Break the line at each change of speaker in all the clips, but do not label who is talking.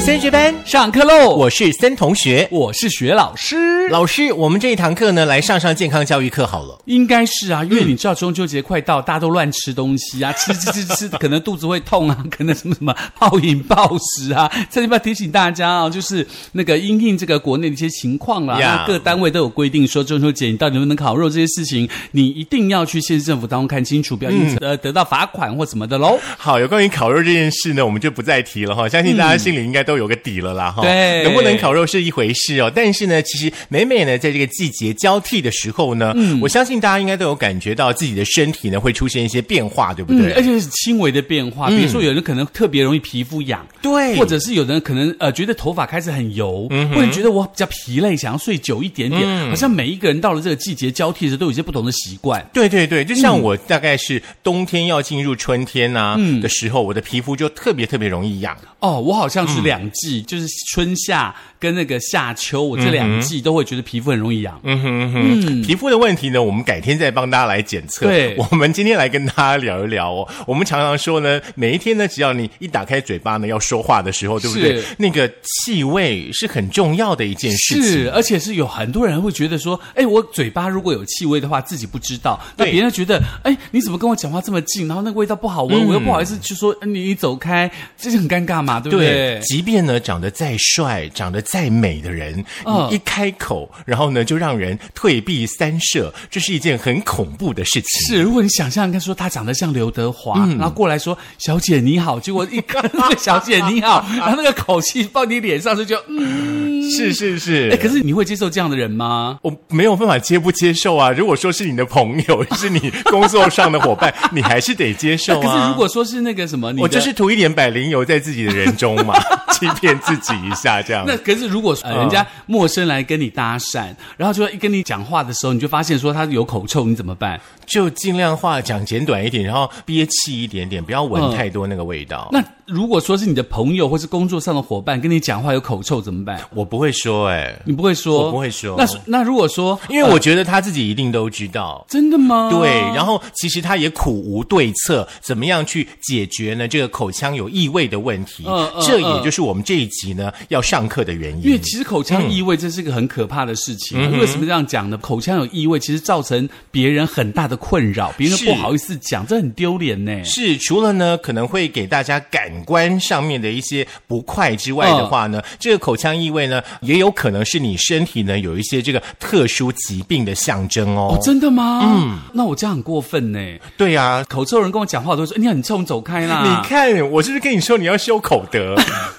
森学班，
上课喽！
我是森同学。
我是学老师，
老师，我们这一堂课呢，来上上健康教育课好了。
应该是啊，因为你知道中秋节快到，大家都乱吃东西啊，吃吃吃 吃，可能肚子会痛啊， 可能什么什么暴饮暴食啊。这里边提醒大家啊，就是那个因应这个国内的一些情况啦，
呀
那各单位都有规定说中秋节你到底能不能烤肉这些事情，你一定要去县市政府当中看清楚，不要因此呃得到罚款或什么的喽。
好，有关于烤肉这件事呢，我们就不再提了哈。相信大家心里应该都有个底了啦哈。
对
能不能烤肉是一回事哦，但是呢，其实每每呢，在这个季节交替的时候呢，我相信大家应该都有感觉到自己的身体呢会出现一些变化，对不
嗯
对？，
而且是轻微的变化，比如说有人可能特别容易皮肤痒，
对
或者是有人可能呃觉得头发开始很油，
嗯
或者觉得我比较疲累，想要睡久一点点，好像每一个人到了这个季节交替的时候都有一些不同的习惯。
对对对，就像我大概是冬天要进入春天呐、的时候，我的皮肤就特别特别容易痒。
哦，我好像是
嗯
两季，就是春夏跟那个夏秋，我这两季都会觉得皮肤很容易痒。
嗯哼嗯哼，皮肤的问题呢，我们改天再帮大家来检测。
对
我们今天来跟大家聊一聊哦。我们常常说呢，每一天呢，只要你一打开嘴巴呢，要说话的时候，对不对
是？
那个气味是很重要的一件事情。
是，而且是有很多人会觉得说，哎，我嘴巴如果有气味的话，自己不知道，那
对
别人觉得，哎，你怎么跟我讲话这么近，然后那个味道不好
嗯
闻，我又不好意思去说，哎你你走开，这是很尴尬嘛，对不对？
即便呢长得再帅、长得再美的人，
嗯
你一开口，然后呢就让人退避三舍，这是一件很恐怖的事情。
是，如果你想象，应该说他长得像刘德华，
嗯
然后过来说“小姐你好”，结果一看那个“小姐你 好”，然后那个口气放你脸上，就觉得嗯，
是是是，
哎，可是你会接受这样的人吗？
我没有办法接不接受啊！如果说是你的朋友，是你工作上的伙伴，你还是得接 受
可
啊。
是如果说是那个什么，你
我
的
就是涂一点百灵油在自己的人中 嘛，欺骗自己一下这样。
那可是如果呃
嗯
人家陌生来跟你搭讪，然后就一跟你讲话的时候，你就发现说他有口臭，你怎么办？
就尽量话讲简短一点，然后憋气一点点，不要闻
嗯
太多那个味道。
那如果说是你的朋友或是工作上的伙伴跟你讲话有口臭怎么办？
我不会说哎、
你不会说，
我不会说
那那如果说，
因为我觉得他自己一定都知道。
真的吗？
对，然后其实他也苦无对策，怎么样去解决呢？这个口腔有异味的问题，
嗯嗯
这也
嗯
就是我们这一集呢要上课的原因。
因为其实口
嗯
腔异味这是一个很可怕的事情啊、为什么这样讲呢？口腔有异味，其实造成别人很大的困扰，别人
是
不好意思讲，这很丢脸呢。
是，除了呢可能会给大家感官上面的一些不快之外的话呢，
嗯
这个口腔异味呢，也有可能是你身体呢有一些这个特殊疾病的象征哦。
哦，真的吗？嗯，那我这样很过分呢。
对啊。
口臭人跟我讲话，我都说你很臭，你走开啦。
你看，我是不是跟你说你要修口 德？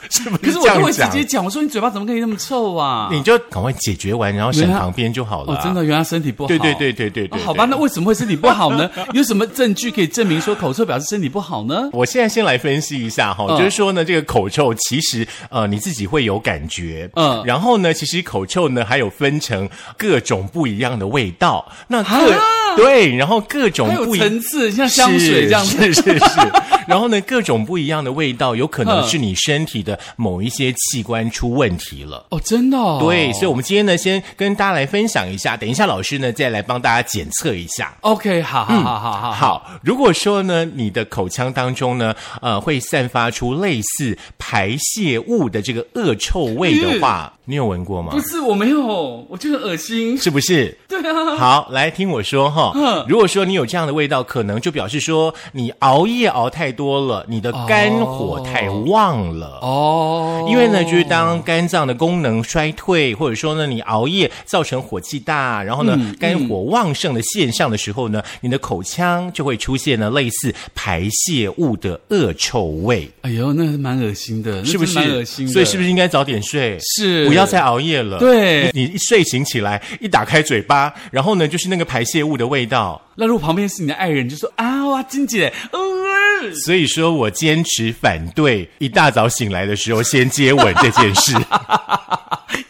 是不
可
是
是
这
我都
样
会直
讲？
接讲，我说你嘴巴怎么可以那么臭啊？
你就赶快解决完，然后省
原来
旁边就好了、啊
哦，真。的，原来身体不好。
对对对对对对
哦好吧，那为什么会身体不好呢？ 有什么证据可以证明说口臭表示身体不好呢？
我现在先来分析一下哈、
嗯
就是说呢，这个口臭其实呃你自己会有感觉，嗯
嗯，
然后呢，其实口臭呢还有分成各种不一样的味道，那各对，然后各种
还有
不一
啊层次，像香水这样子。
是是是 是。然后呢，各种不一样的味道，有可能
嗯
是你身体的某一些器官出问题了。
哦，真的哦。
对，所以，我们今天呢，先跟大家来分享一下，等一下老师呢，再来帮大家检测一下。
OK，好好好好好好，
好，如果说呢，你的口腔当中呢，呃，会散发出类似排泄物的这个恶臭味的话，你有闻过吗
嗯不？是我没有，我就是恶心。
是不是？
对啊，
好，来听我说哈。
嗯
如果说你有这样的味道，可能就表示说你熬夜熬太多了，你的肝火太旺了。
哦，
因为呢，就是当肝脏的功能衰退，或者说呢，你熬夜造成火气大，然后呢，
嗯
肝火旺盛的现象的时候呢，你的口腔就会出现呢类似排泄物的恶臭味，
哎呦，那是蛮恶心的，嗯那
是不
真
是？
的蛮恶心的？
所以是不是应该早点睡？
是
不要再熬夜了。
对
你，你一睡醒起来，一打开嘴巴，然后呢，就是那个排泄物的味道。
那如果旁边是你的爱人，就说啊哇，金姐，呃，
所以说我坚持反对一大早醒来的时候先接吻这件事。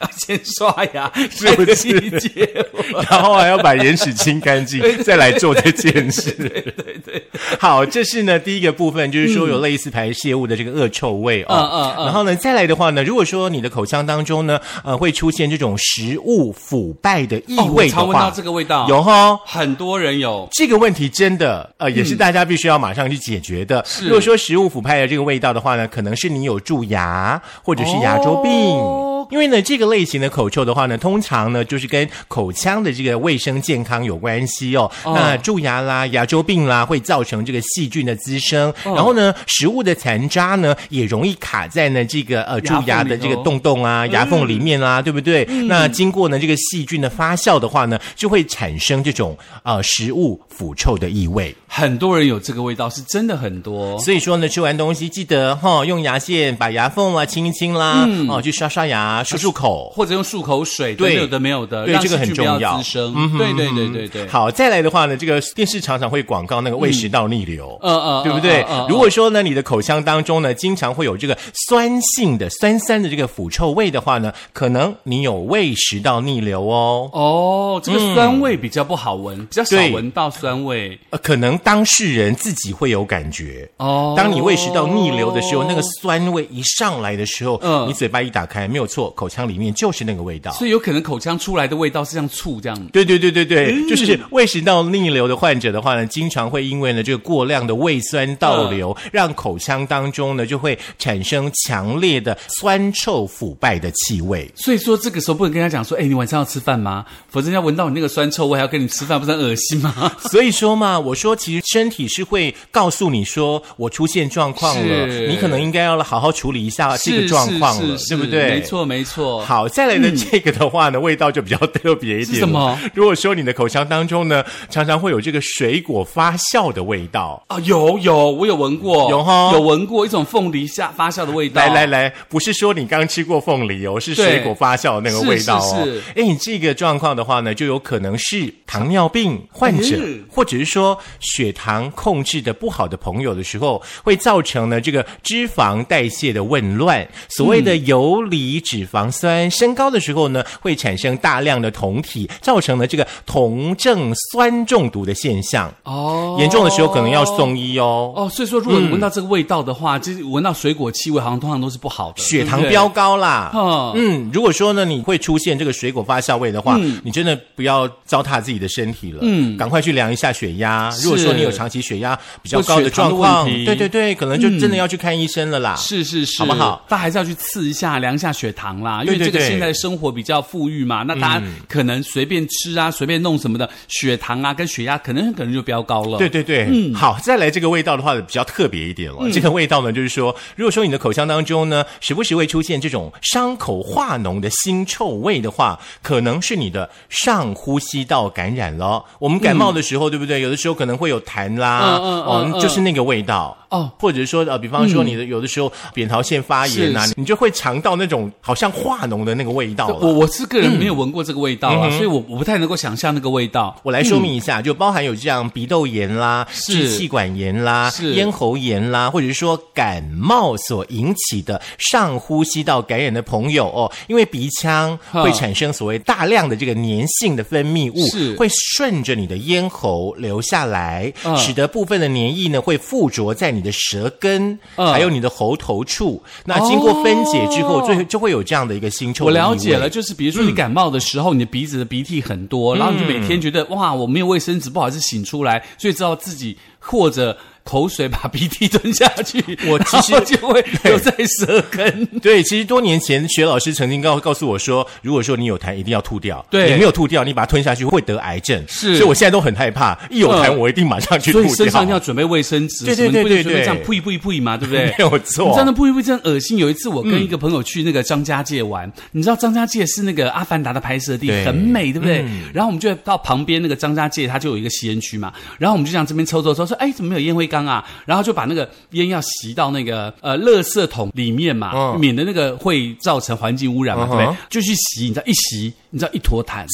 要先刷牙，
是不是
再去接吻
然后还要把眼屎清干净，再来做这件事。对对对好，这是呢第一个部分，就是说有类似排泄物的这个恶臭味哦。
嗯嗯嗯
然后呢，再来的话呢，如果说你的口腔当中呢，呃，会出现这种食物腐败的异
哦我
味的
常闻
话，
到这个味道，
有哈、
很多人有。
这个问题真的，呃，也是大家必须要马上去解决
嗯
的。如果说食物腐败的这个味道的话呢，可能是你有蛀牙或者是牙周病。
哦
因为呢，这个类型的口臭的话呢，通常呢就是跟口腔的这个卫生健康有关系哦。
哦
那蛀牙啦、牙周病啦，会造成这个细菌的滋生，
哦
然后呢，食物的残渣呢也容易卡在呢这个呃蛀
牙缝
牙的
里
这个
头
洞洞
嗯
啊、牙缝里面啊，对不对？那经过呢这个细菌的发酵的话呢，就会产生这种呃食物腐臭的异味。
很多人有这个味道，是真的很多。
所以说呢，吃完东西记得哈、用牙线把牙缝啊清一清啦，
嗯
哦，去刷刷牙、漱漱口。
或者用漱口水，
对
对，有的没有的，
对
让
这个很
细菌不
重要嗯
滋生。对对对对对，，
好，再来的话呢，这个电视常常会广告那个胃食道逆流，
嗯嗯嗯
对不对？
嗯嗯嗯
如果说呢，你的口腔当中呢，经常会有这个酸性的、酸酸的这个腐臭味的话呢，可能你有胃食道逆流哦。
哦，这个酸味比较不好闻，比较少闻到酸味。
呃，可能当事人自己会有感觉。
哦
当你胃食道逆流的时候，那个酸味一上来的时候，
嗯
你嘴巴一打开，没有错，口腔里面就是那个味道。
所以有可能口腔出来的味道是像醋这样。
对对对对对，
嗯
就是胃食道逆流的患者的话呢，经常会因为呢这个过量的胃酸倒流，
嗯
让口腔当中呢就会产生强烈的酸臭腐败的气味。
所以说这个时候不能跟他讲说，哎，你晚上要吃饭吗？否则人家闻到你那个酸臭味还要跟你吃饭，不是很恶心吗？
所以说嘛，我说其实身体是会告诉你说我出现状况了，
是
你可能应该要好好处理一 下这个状况了，
是是是
对不对？
没。错没错。
好，再来的这个的话呢，味道就比较特别一点了。
是什么
如果说你的口腔当中呢，常常会有这个水果发酵的味道。
啊，有有，我有闻过，
有哈
有闻过一种凤梨下发酵的味道。
来来来，不是说你刚吃过凤梨哦，是
对
水果发酵的那个味道哦
是是。
哎，你这个状况的话呢，就有可能是糖尿病患者，
嗯
或者是说血糖控制的不好的朋友的时候，会造成呢这个脂肪代谢的紊乱。所谓
嗯
的游离脂肪酸升高的时候呢，会产生大量的酮体，造成了这个酮症酸中毒的现象。
哦，
严重的时候可能要送医哦。
哦，所以说如果你闻到这个味道的话，就是闻到水果气味，好像通常都是不好的，
血糖
对不对
飙高啦。
嗯
嗯，如果说呢，你会出现这个水果发酵味的话，你真的不要糟蹋自己的身体了。嗯，赶快去量一下血压。如果说你有长期血压比较高
或
的
血
状
糖的
况
问，题嗯
对对对，可能就真的要去看医生了啦。
是是是，
好不好？
但还是要去刺一下、量一下血糖啦，因为
对对
这个
对嗯
现在的生活比较富裕嘛，那大家可能随便吃啊、随便弄什么的，血糖啊跟血压可能很可能就飙高了。嗯
对，对对，好，再来这个味道的话比较特别一点了。这个味道呢，就是说，如果说你的口腔当中呢，时不时会出现这种伤口化脓的腥臭味的话，可能是你的上呼吸道感染了。我们感冒的时候，对不对？有的时候可能会有痰啦，
嗯嗯嗯
哦，
嗯
就是那个味道
哦。嗯
或者说呃，比方说你的有的时候扁桃腺发炎啊
是，
你就会尝到那种好像化脓的那个味道了。
我我是个人没有闻过这个味道啊，所以我我不太能够想象那个味道。
嗯我来说明一下，就包含有这样鼻窦炎啦、支
嗯是
气管炎啦、
是
咽喉炎啦，或者是说感冒所引起的上呼吸道感染的朋友哦，因为鼻腔
哈
会产生所谓大量的这个粘性的分泌物，
是
会顺着你的咽喉流下来，
嗯
使得部分的粘液呢会附着在你的舌根，
嗯
还有你的喉头处。那经过分解之后，
哦
最就会有这样的一个腥臭
我
的异味。
了解了，就是比如
嗯
说你感冒的时候，你的鼻子的鼻涕很多，然后你就每天觉得哇，我没有卫生纸，不好意思擤出来，所以只好自己或者口水把鼻涕吞下去，
我其实
然后就会留在舌根。
对，其实多年前学老师曾经告告诉我说，如果说你有痰，一定要吐掉。
对
你没有吐掉，你把它吞下去会得癌症。
是
所以我现在都很害怕，一有痰
嗯
我一定马上去吐
所
掉。
以身上一定要准备卫生纸，
对
什么
对
你不
对对
能随便这样
对
扑一扑一扑一嘛，对不对？
没有错
你知道那扑一扑真恶心。有一次我跟一个朋友去那个张家界玩，你知道张家界是那个《阿凡达》的拍摄地
嗯对，嗯
很美，对不对？然后我们就到旁边那个张家界，它就有一个吸烟区嘛，然后我们就这样这边抽抽抽，说哎怎么没有烟灰缸啊？然后就把那个烟要吸到那个呃垃圾桶里面嘛，
嗯
免得那个会造成环境污染嘛，对不
嗯哼
对？就去吸，你知道一吸，你知道一坨痰。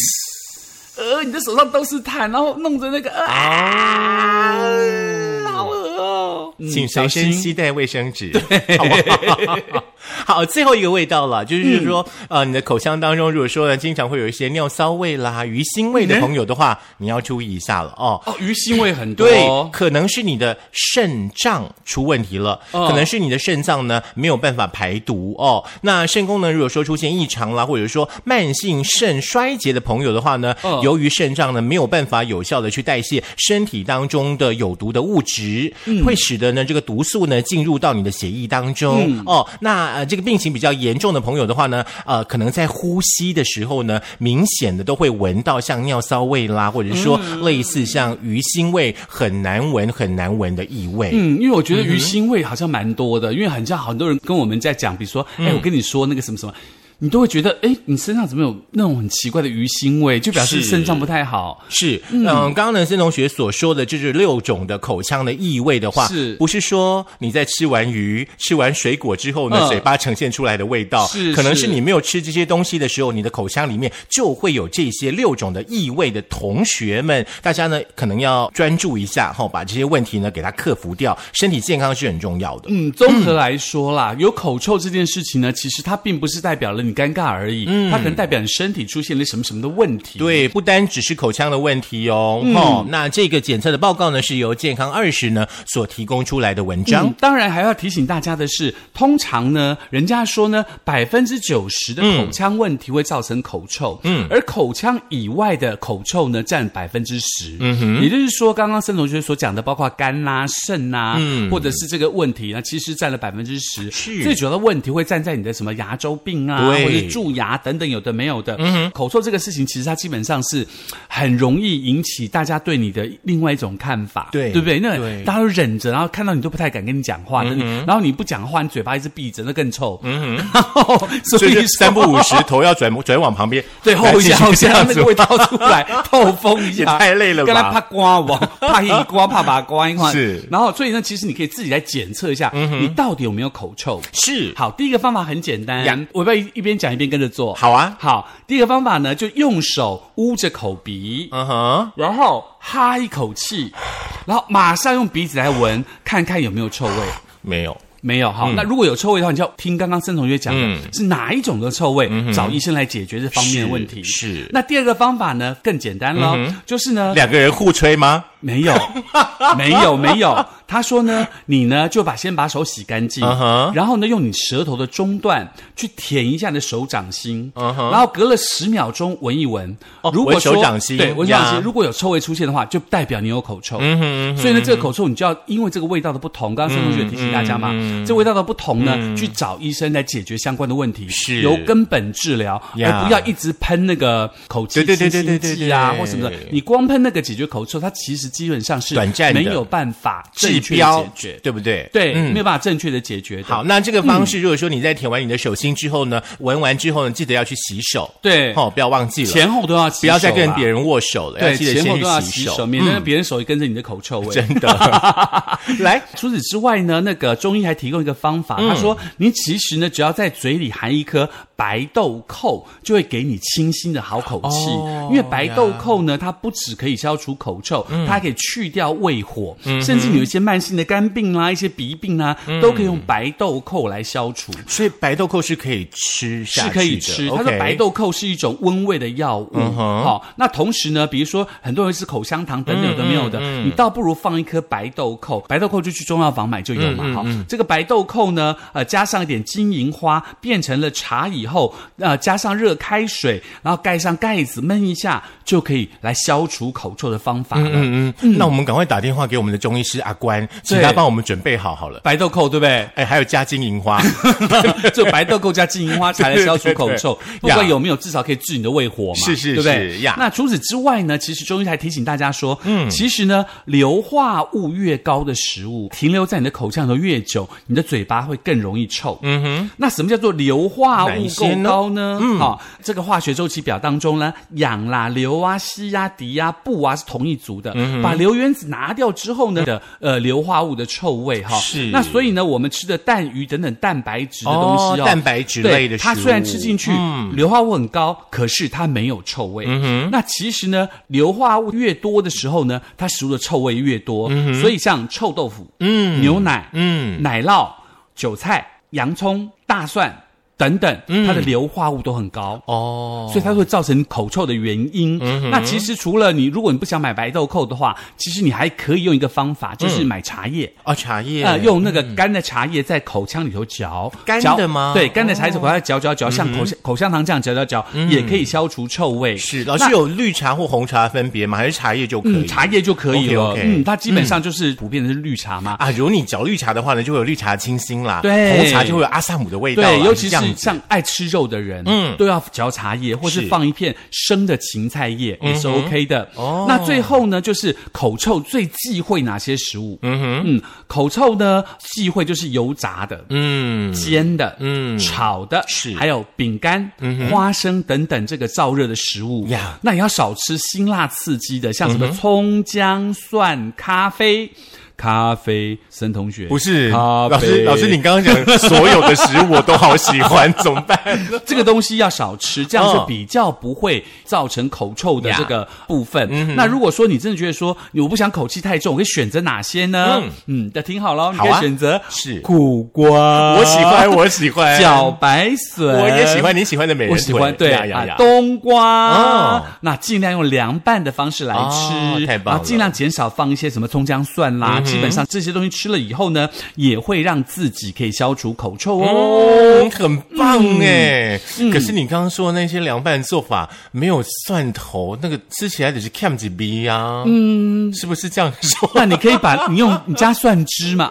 呃，你的啊
嗯
手上都是痰，然后弄着那个啊，好恶哦。
请随身
小心
携带卫生纸，好不好？ 好，最后一个味道了，就是说，
嗯
呃，你的口腔当中，如果说呢，经常会有一些尿骚味啦、鱼腥味的朋友的话，你要注意一下了哦。
哦，鱼腥味很多
对
哦，，
可能是你的肾脏出问题了，
哦
可能是你的肾脏呢没有办法排毒哦。那肾功能如果说出现异常啦，或者说慢性肾衰竭的朋友的话呢，
嗯
由于肾脏呢没有办法有效的去代谢身体当中的有毒的物质，会使得呢这个毒素呢进入到你的血液当中、哦。那、呃、这个病情比较严重的朋友的话呢，呃，可能在呼吸的时候呢，明显的都会闻到像尿骚味啦，或者是说类似像鱼腥味，很难闻很难闻的异味。
嗯，因为我觉得鱼腥味好像蛮多
嗯
的，因为很像很多人跟我们在讲，比如说，哎、我跟你说那个什么什么。你都会觉得，哎，你身上怎么有那种很奇怪的鱼腥味？就表示
是
肾脏不太好。
是，嗯，刚刚呢，森同学所说的就是六种的口腔的异味的话，
是
不是说你在吃完鱼、吃完水果之后呢，
嗯
嘴巴呈现出来的味道，
是
可能
是
是你没有吃这些东西的时候，你的口腔里面就会有这些六种的异味的同学们，大家呢可能要专注一下哈、把这些问题呢给它克服掉，身体健康是很重要的。
嗯，综合来说啦，有口臭这件事情呢，其实它并不是代表了你尴尬而已，
嗯
它可能代表你身体出现了什么什么的问题。
对，不单只是口腔的问题哦。哦，那这个检测的报告呢，是由健康二十呢所提供出来的文章。
嗯当然还要提醒大家的是，通常呢，人家说呢，百分之九十的口腔问题会造成口臭，嗯，而口腔以外的口臭呢，占百分之十，嗯哼，也就是说，刚刚森同学所讲的，包括肝啦、肾啦、嗯，或者是这个问题呢，其实占了百分之十，
是
最主要的问题会站在你的什么牙周病啊，或
对
者是蛀牙等等，有的没有的，嗯哼，口臭这个事情，其实它基本上是很容易引起大家对你的另外一种看法，
对
对不对？那
对嗯
大家都忍着，然后看到你都不太敢跟你讲话，然后你不讲话，你嘴巴一直闭着，那更臭。嗯哼，所
所以
以
就三不
说
五十，头要转转往旁边，
对
来
后
继
下
续
后
这
下
样
那
子
个味道出来，透风一下，
也太累了吧
跟他怕刮我，怕一刮，怕把刮一刮。
是嗯
然后所以呢，其实你可以自己来检测一下，你到底有没有口臭。
是
好，第一个方法很简单
呀，
我不要一一边讲一边跟着做。
好啊，
好，第一个方法呢，就用手捂着口鼻，
嗯哼，
然后哈一口气，然后马上用鼻子 来闻，看看有没有臭味。
没有，
没有好，那如果有臭味的话，你就要听刚刚曾同学讲的、
嗯
是哪一种的臭味，找医生来解决这方面的问题。
是是嗯
那第二个方法呢，更简单了，就是呢，
两个人互吹吗？
没有，没有，没有。他说呢，你呢就把先把手洗干净
嗯哼
然后呢用你舌头的中段去舔一下你的手掌心
嗯哼
然后隔了十秒钟闻一闻。
哦
如果
闻手
说
掌心
对，闻手掌心，
呀嗯
如果有臭味出现的话，就代表你有口臭。所以呢，这个口臭你就要因为这个味道的不同，刚刚孙同学有提醒大家
嗯
嘛，这味道的不同呢，去找医生来解决相关的问题，
是
由根本治疗，
呀
而不要一直喷那个口气
对对对
清新
对对对
剂啊
对
或什么的。你光喷那个解决口臭，它其实基本上是
短暂的
没有办法正
治
确地
标
解决，
对不对？
对，
嗯
没有办法嗯正确的解决的。
好，，那这个方式，如果说你在舔完你的手心之后呢，闻完之后呢，记得要去洗手，
对
哦，不要忘记了，
前后都要洗手
不要再跟
啦
别。人握手了，要
对，
记得
前后
先
都要
去
洗
洗
手，
手，嗯
免得别人手也跟着你的口臭味。
真 的。来，
除此之外呢，那个中医还提供一个方法，他说你其实呢，只要在嘴里含一颗白豆蔻，就会给你清新的好口气。
哦
因为白豆蔻呢，它不只可以消除口臭，它还可以去掉胃火，甚至你有一些慢性的肝病啊啦、一些鼻病啦，都可以用白豆蔻来消除。
所以白豆蔻是可以吃下
是
去
可以
的
吃，它
，OK
说白豆蔻是一种温胃的药物。
嗯哼嗯
好、那同时呢，比如说很多人吃口香糖等等有的没有的，你倒不如放一颗白豆蔻，白豆蔻就去中药房买就有
嗯
嘛。好、这个白豆蔻呢，呃，加上一点金银花，变成了茶以后，呃，加上热开水，然后盖上盖子焖一下，就可以来消除口臭的方法了。
嗯嗯，那我们赶快打电话给我们的中医师阿关，请
对
他帮我们准备好好了。
白豆蔻对不对？
哎，还有加金银 花，，
就白豆蔻加金银花才能消除口臭不
呀
管有没有，至少可以治你的胃火嘛，
是是
对不对
是呀
那除此之外呢，其实中医还提醒大家说，嗯，其实呢，硫化物越高的食物停留在你的口腔里头越久，你的嘴巴会更容易臭。嗯哼，那什么叫做硫化
哪一
物够
些呢
高呢？
哦
嗯，好、
嗯
这个化学周期表当中呢，氧啦、硫啊、硒啊、铍啊、布啊是同一族的，把硫原子拿掉之后呢的呃硫化物的臭味哈。
是
那所以呢，我们吃的蛋鱼等等蛋白质的东西啊
哦蛋白质类的
对它
食物嗯
虽然吃进去硫化物很高，可是它没有臭味。那其实呢，硫化物越多的时候呢，它食物的臭味越多。所以像臭豆腐、嗯、牛奶、
嗯，
奶酪、韭菜、洋葱、大蒜等等，它的硫化物都很高。
嗯哦，嗯
所以它会造成口臭的原因。那其实除了你，如果你不想买白豆蔻的话，其实你还可以用一个方法，就是买茶叶。
哦，茶叶
呃，用那个干的茶叶在口腔里头嚼，
干
嚼
的吗哦嗯
对，干的茶叶在口腔里嚼嚼嚼，像口香口香糖这样嚼嚼嚼，也可以消除臭味。
是老师有绿茶或红茶分别吗？还是茶叶就可以？
嗯，茶叶就可以了。
OK，OK
嗯，它基本上就是普遍的是绿茶嘛。
啊，如果你嚼绿茶的话呢，就会有绿茶清新啦，
对
红茶就会有阿萨姆的味道啦，
对，尤其
这样
是
子
像爱吃肉的人，
嗯
嗯，都要嚼茶叶，或是
是
放一片生的芹菜叶也是 OK 的。
嗯哦
那最后呢，就是口臭最忌讳哪些食物？
嗯哼，
嗯，口臭呢忌讳就是油炸的。
嗯，
煎的，
嗯
嗯，炒的，
是嗯
还有饼干、花生等等这个燥热的食物
呀嗯
那也要少吃辛辣刺激的，像什么葱、姜、蒜、咖啡。咖啡，森同学
不是
咖
老师，
啡
老师，你刚刚讲所有的食物我都好喜欢，怎 么办？
这个东西要少吃，这样是
嗯
比较不会造成口臭的
呀嗯
这个部分。那如果说你真的觉得说我不想口气太重，我可以选择哪些呢？嗯，那听好喽，你
好
可
啊
以选择
是
苦瓜，
我
我
喜欢，我喜欢，
茭白笋，
我也喜欢。你喜欢的美人
我
腿，
喜欢对
呀呀
啊
呀，，
冬瓜
哦，
那尽量用凉拌的方式来
哦
吃，
太棒了嗯
然后尽量减少放一些什么葱姜蒜啦。基本上这些东西吃了以后呢，也会让自己可以消除口臭哦。
嗯，很棒哎、
嗯
可是你刚刚说的那些凉拌做法没有蒜头，那个吃起来只是 cam 几 b 呀，嗯，是不是这样说？
那你可以把你用你加蒜汁嘛？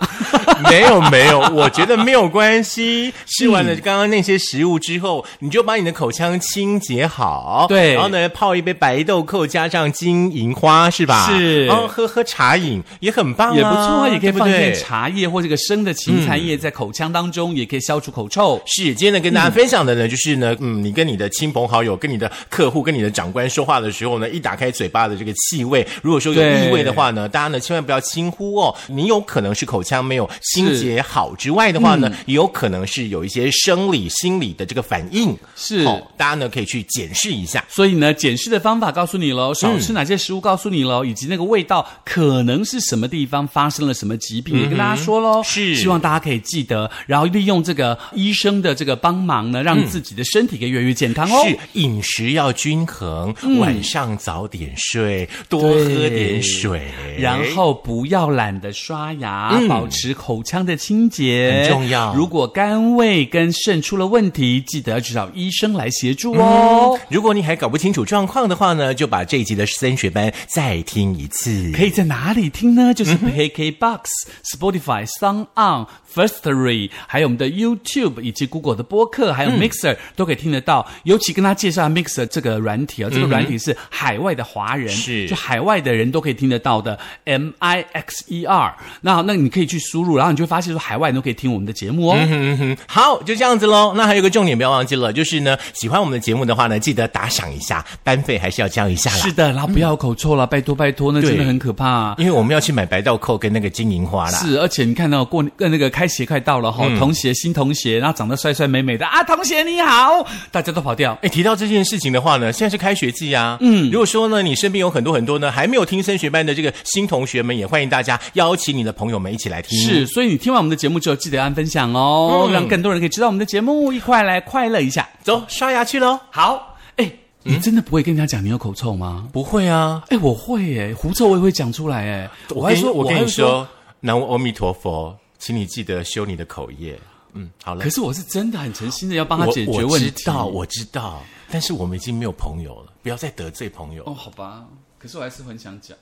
没有没有，我觉得没有关系。吃完了刚刚那些食物之后，你就把你的口腔清洁好，
对
然后呢泡一杯白豆蔻，加上金银花，是吧？
是
然后喝喝茶饮也很 棒、啊，
也不错啊，也可以
对不
放一
对嗯
片茶叶或这个生的芹菜叶在口腔当中，也可以消除口臭。
是，今天呢跟大
嗯
家分享的呢，就是呢，嗯，你跟你的亲朋好友、跟你的客户、跟你的长官说话的时候呢，一打开嘴巴的这个气味，如果说有
对
异味的话呢，大家呢千万不要轻忽哦。你有可能是口腔没有清洁好之外的话呢，
嗯
也有可能是有一些生理、心理的这个反应。
是
好、大家呢可以去检视一下。
所以呢，检视的方法告诉你
嗯
喽，少吃哪些食物告诉你喽，以及那个味道可能是什么地方发生了什么疾病，也跟大家说喽。
嗯是
希望大家可以记得，然后利用这个医生的这个帮忙呢，让自己的身体可以越来越健康哦。
嗯是饮食要均衡，
嗯
晚上早点睡，多喝点水，
然后不要懒得刷牙，
嗯
保持口腔的清洁
很重要
如果肝胃跟肾出了问题，记得要去找医生来协助
嗯
哦。
如果你还搞不清楚状况的话呢，就把这一集的森学班再听一次。
可以在哪里听呢？
嗯
就是 KKBox、Spotify、Sound On、Firstory，还有我们的 YouTube 以及 Google 的播客，还有
嗯
Mixer、都可以听得到。尤其跟他介绍 Mixer 这个软体啊，这个软体是海外的华人，
嗯是
就海外的人都可以听得到的 M I X E R。那那你可以去输入，然后你就会发现说海外人都可以听我们的节目哦。
嗯哼，好，就这样子喽。那还有一个重点不要忘记了，就是呢，喜欢我们的节目的话呢，记得打赏一下，班费还是要交一下啦。
是的，然后不要口臭了，拜托拜托，那真
对
的很可怕、啊。
因为我们要去买白豆蔻跟那个金银花啦。嗯
是，而且你看到、过呃那个开学快到了哈、同学新同学，然后长得帅帅美美的啊，同学你好，大家都跑掉。
哎，提到这件事情的话呢，现在是开学季啊。嗯，如果说呢，你身边有很多很多呢还没有听升学班的这个新同学们，也欢迎大家邀请你的朋友们一起来听。
是，所以你听完我们的节目之后，记得按分享哦，
嗯
让更多人可以知道我们的节目，一块来快乐一下。
走，刷牙去喽。
好，哎，
嗯
你真的不会跟人家讲你有口臭吗？
不会啊，
哎，我会哎，狐臭我也会讲出来哎，
我跟
还说，
我跟
还
你
会
说，南无阿弥陀佛，请你记得修你的口业。嗯，好了
可，是我是真的很诚心的要帮
我
他解决
我
问
知
题。
道，我知道，但是我们已经没有朋友了，不要再得罪朋友。
哦，好吧，可是我还是很想讲。